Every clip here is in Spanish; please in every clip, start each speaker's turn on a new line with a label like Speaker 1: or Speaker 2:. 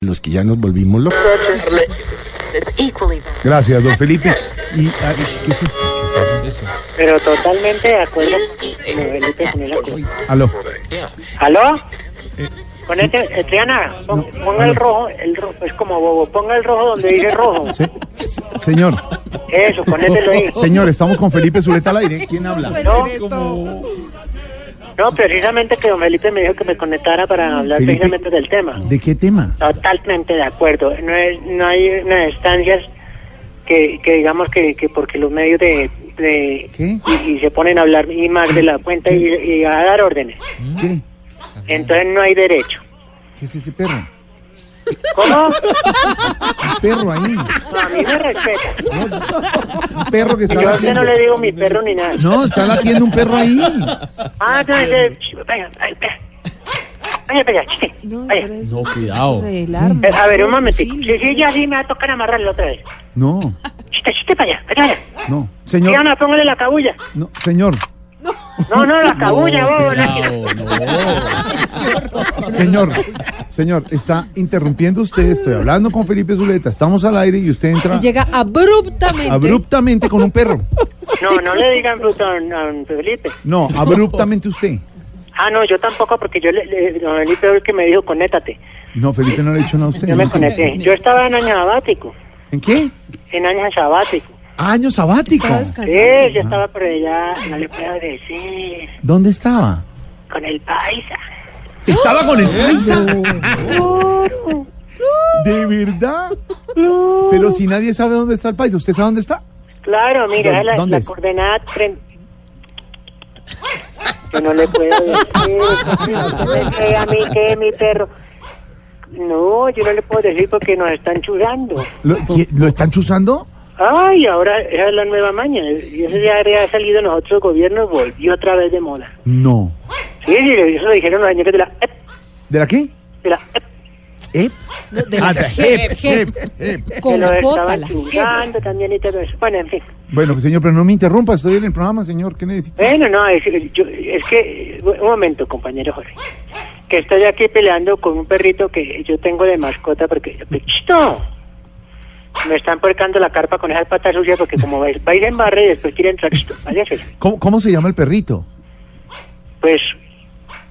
Speaker 1: los que ya nos volvimos locos. Gracias, don Felipe. Y, ah, ¿qué es esto?
Speaker 2: Pero totalmente de acuerdo con lo de Felipe con el acuerdo.
Speaker 1: Aló.
Speaker 2: ¿Aló? Con este, eh, Triana, pon- ponga el rojo, el rojo, es como bobo, ponga el rojo donde dice rojo.
Speaker 1: Se- señor,
Speaker 2: Eso, ponételo ahí.
Speaker 1: señor, estamos con Felipe Zuleta al aire. ¿Quién habla?
Speaker 2: No, no, precisamente que don Felipe me dijo que me conectara para hablar
Speaker 1: Felipe.
Speaker 2: precisamente del tema.
Speaker 1: ¿De qué tema?
Speaker 2: Totalmente de acuerdo. No, es, no hay unas estancias que, que digamos que, que porque los medios de... de-
Speaker 1: ¿Qué?
Speaker 2: Y, y se ponen a hablar y más de la cuenta y, y a dar órdenes.
Speaker 1: ¿Qué?
Speaker 2: Entonces no hay derecho.
Speaker 1: ¿Qué es ese perro?
Speaker 2: ¿Cómo?
Speaker 1: Un perro ahí.
Speaker 2: No, a mí me respeta.
Speaker 1: Un perro que está
Speaker 2: Yo a usted no
Speaker 1: latiendo.
Speaker 2: le digo mi perro ni nada.
Speaker 1: No, está latiendo un perro ahí.
Speaker 2: Ah, no, ese... Venga, venga. Venga, venga, chiste.
Speaker 3: No,
Speaker 2: Vaya.
Speaker 3: pero
Speaker 4: No,
Speaker 3: eso
Speaker 4: cuidado.
Speaker 3: revelarme.
Speaker 2: Eh, A ver, un momentito.
Speaker 3: Auxilio.
Speaker 2: Si sigue así, me va a tocar amarrarlo otra vez.
Speaker 1: No,
Speaker 2: Chiste, chiste para allá. Vaya, vaya.
Speaker 1: no. Señor,
Speaker 2: Diana, póngale la cabulla.
Speaker 1: no, señor,
Speaker 2: No, no, la cabulla, bobo. no.
Speaker 4: Cuidado, no.
Speaker 1: señor, señor, está interrumpiendo usted. Estoy hablando con Felipe Zuleta. Estamos al aire y usted entra
Speaker 3: Y llega abruptamente.
Speaker 1: abruptamente con un perro.
Speaker 2: No, no le digan fruto a don- a don Felipe.
Speaker 1: No, abruptamente usted.
Speaker 2: Ah, no, yo tampoco, porque yo le, le- don Felipe fue el que me dijo, conéctate.
Speaker 1: No, Felipe no le ha hecho nada a usted.
Speaker 2: Yo me conecté. Yo estaba en año sabático.
Speaker 1: ¿En qué?
Speaker 2: En año sabático.
Speaker 1: Año sabático.
Speaker 3: Estaba descansando.
Speaker 2: Sí, yo estaba por allá, no le puedo decir,
Speaker 1: ¿Dónde estaba?
Speaker 2: con el paisa.
Speaker 1: ¿Estaba con el paisa? ¿De verdad? Pero si nadie sabe dónde está el paisa, ¿usted sabe dónde está?
Speaker 2: Claro, mira,
Speaker 1: ¿Dónde-
Speaker 2: la,
Speaker 1: dónde
Speaker 2: la
Speaker 1: es?
Speaker 2: coordenada... tren- Yo no le puedo decir, no me cree a mí que mi perro... No, yo no le puedo decir porque nos están churando.
Speaker 1: ¿Lo, qué- ¿lo están chuzando?
Speaker 2: Ay, ahora esa es la nueva maña. Y eso ya había salido en los otros gobiernos, volvió otra vez de moda.
Speaker 1: No.
Speaker 2: Sí, sí, eso lo dijeron los señores de la... EP,
Speaker 1: ¿De la qué?
Speaker 2: de la E EP,
Speaker 1: ¿Ep?
Speaker 3: No, de
Speaker 1: Ah,
Speaker 3: la
Speaker 1: de
Speaker 3: jep, jep,
Speaker 1: Ep.
Speaker 2: que
Speaker 3: Con
Speaker 2: lo
Speaker 3: J,
Speaker 2: estaban
Speaker 3: la E jep.
Speaker 2: churando también y todo eso. Bueno, en fin.
Speaker 1: Bueno, señor, pero no me interrumpa, estoy en el programa, señor. ¿Qué necesita?
Speaker 2: Bueno, no, es, yo- es que, un momento, compañero Jorge, que estoy aquí peleando con un perrito que yo tengo de mascota porque, ¡Chito! Me están porcando la carpa con esas patas sucias porque como va, va a ir en barre y después quiere entrar, ¡Chito! váyase.
Speaker 1: ¿Cómo, cómo se llama el perrito?
Speaker 2: Pues,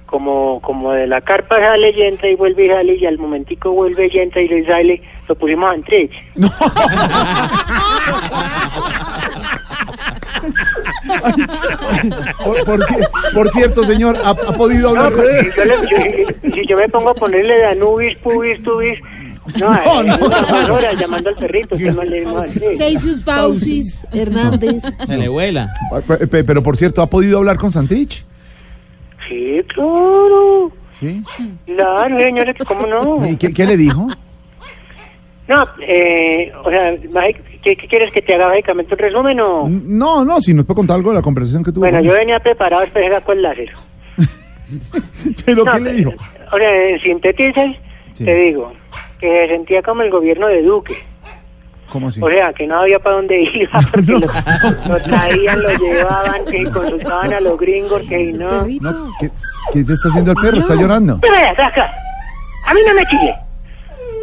Speaker 2: como, como de la carpa sale y entra y vuelve y sale y al momentico vuelve y entra y le sale, lo pusimos a Antrich.
Speaker 1: No. Ay, ay, por, por cier- por cierto, señor, ¿ha, ha podido
Speaker 2: No,
Speaker 1: hablar?
Speaker 2: pues, si, yo le- yo- si yo me pongo a ponerle Danubis, Pubis, Tubis, no,
Speaker 1: No,
Speaker 2: eh,
Speaker 1: no.
Speaker 2: unas horas llamando al perrito, usted no le no, Antrich.
Speaker 3: Seisus Pausis Hernández.
Speaker 4: Se le vuela.
Speaker 1: Pe- pe- Pero por cierto, ¿ha podido hablar con Santrich?
Speaker 2: Sí, claro.
Speaker 1: Sí.
Speaker 2: Claro, eh, señores, ¿cómo no?
Speaker 1: ¿Y qué, qué le dijo?
Speaker 2: No, eh, o sea, Mike, ¿qué, qué quieres que te haga básicamente un resumen o...?
Speaker 1: No, no, si nos puede contar algo de la conversación que tuvo.
Speaker 2: Bueno,
Speaker 1: con-
Speaker 2: yo venía preparado para ese con láser.
Speaker 1: ¿Pero
Speaker 2: No, eh,
Speaker 1: qué le dijo?
Speaker 2: O sea, en síntesis,
Speaker 1: Sí.
Speaker 2: te digo que se sentía como el gobierno de Duque.
Speaker 1: ¿Cómo así?
Speaker 2: O sea, que no había para dónde ir, porque lo, lo traían, lo llevaban, que consultaban a los gringos, que no...
Speaker 3: Perrito.
Speaker 1: No, ¿qué, qué te está haciendo el perro? ¿Está llorando?
Speaker 2: Pero vaya, atrás, acá. A mí no me chille.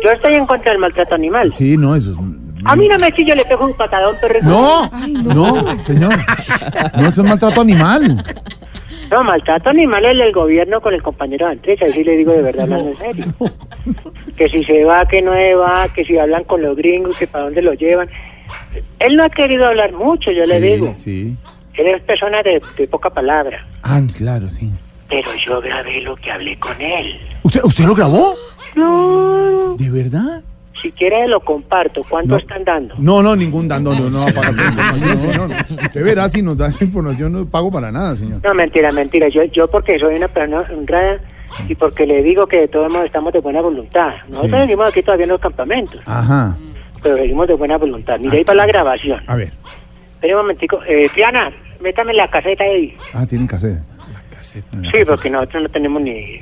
Speaker 2: Yo estoy en contra del maltrato animal.
Speaker 1: Sí, no, eso es...
Speaker 2: A mí no me chille, le pego un patadón, perro.
Speaker 1: No,
Speaker 3: Ay, no.
Speaker 1: no, señor. No, eso es maltrato animal.
Speaker 2: No, maltrato animal es el gobierno con el compañero Andrés, ahí sí le digo de verdad, hablando en serio. Que si se va, que no se va, que si hablan con los gringos, que para dónde lo llevan. Él no ha querido hablar mucho, yo le
Speaker 1: Sí,
Speaker 2: digo.
Speaker 1: Sí.
Speaker 2: Él es persona de, de poca palabra.
Speaker 1: Ah, claro, sí.
Speaker 2: Pero yo grabé lo que hablé con él.
Speaker 1: ¿Usted, ¿Usted lo grabó?
Speaker 2: No.
Speaker 1: ¿De verdad?
Speaker 2: Si quiere lo comparto. ¿Cuánto
Speaker 1: No.
Speaker 2: están dando?
Speaker 1: No, no, ningún dando, no, no va a pagar por la información, señor. Usted verá si nos da esa información, no pago para nada, señor.
Speaker 2: No, mentira, mentira. Yo, yo porque soy una persona honrada y porque le digo que de todos modos estamos de buena voluntad. Nosotros
Speaker 1: Sí.
Speaker 2: venimos aquí todavía en los campamentos,
Speaker 1: Ajá,
Speaker 2: pero venimos de buena voluntad. Mira ahí para la grabación.
Speaker 1: a ver.
Speaker 2: Espera un momentico. Eh, Diana, métame la caseta ahí.
Speaker 1: Ah, tienen que hacer.
Speaker 2: Sí, porque nosotros no tenemos ni...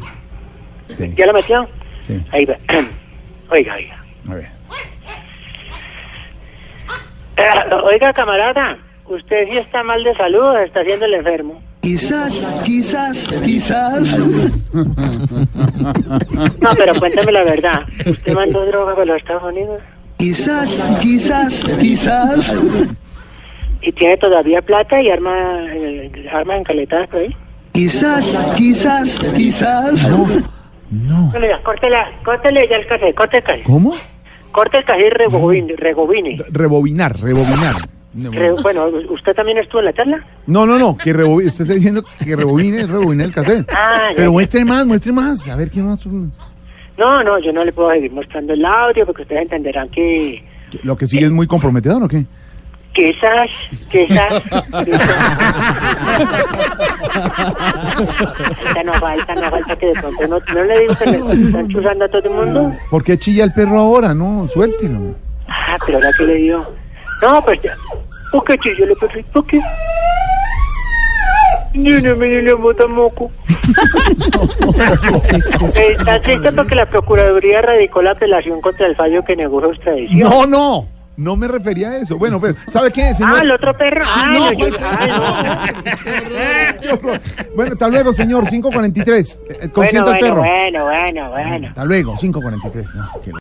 Speaker 1: Sí,
Speaker 2: ¿Ya la metió?
Speaker 1: sí,
Speaker 2: Ahí va. oiga, oiga.
Speaker 1: a ver.
Speaker 2: Eh, oiga, camarada, usted sí está mal de salud, está haciendo el enfermo.
Speaker 5: Quizás, quizás, quizás.
Speaker 2: No, pero cuéntame la verdad. ¿Usted mandó droga para los Estados Unidos?
Speaker 5: Quizás, quizás, quizás.
Speaker 2: ¿Y tiene todavía plata y arma, eh, armas encaletadas por ahí?
Speaker 5: Quizás, quizás, quizás.
Speaker 1: No.
Speaker 2: Córtele ya, córtela, córtele ya el café, corte el café.
Speaker 1: ¿Cómo?
Speaker 2: Corte el café y rebobine. rebobine.
Speaker 1: Rebobinar, rebobinar.
Speaker 2: Re- bueno, ¿usted también estuvo en la charla?
Speaker 1: No, no, no, que rebobine. Usted está diciendo que rebobine, rebobine el cassette.
Speaker 2: Ah, ya.
Speaker 1: Pero muestre más, muestre más. A ver qué más.
Speaker 2: No, no, yo no le puedo seguir mostrando el audio porque ustedes entenderán que
Speaker 1: Lo que sigue es muy comprometedor, ¿o qué?
Speaker 2: que esas, que esas... falta, no falta, no falta que de pronto no, no le digo que le están chuzando a todo el mundo.
Speaker 1: ¿Por qué chilla el perro ahora? No, suéltelo.
Speaker 2: Ah, pero ahora que le dio. No, pues ya. ¿Por qué chillo le perdí? ¿Por qué? Yo no me le bota moco. Eh, Está triste porque la Procuraduría radicó la apelación contra el fallo que negó su extradición.
Speaker 1: No, no. No me refería a eso. Bueno, pero ¿sabe qué,
Speaker 2: Ah,
Speaker 1: señor?
Speaker 2: el otro perro. Ah,
Speaker 1: no,
Speaker 2: no, yo-
Speaker 1: pues.
Speaker 2: ay, no.
Speaker 1: Qué horror. Bueno, hasta luego, señor. 5.43. Eh,
Speaker 2: Bueno,
Speaker 1: Consienta el
Speaker 2: bueno,
Speaker 1: perro.
Speaker 2: bueno, bueno, bueno.
Speaker 1: Hasta luego, 5.43. No, qué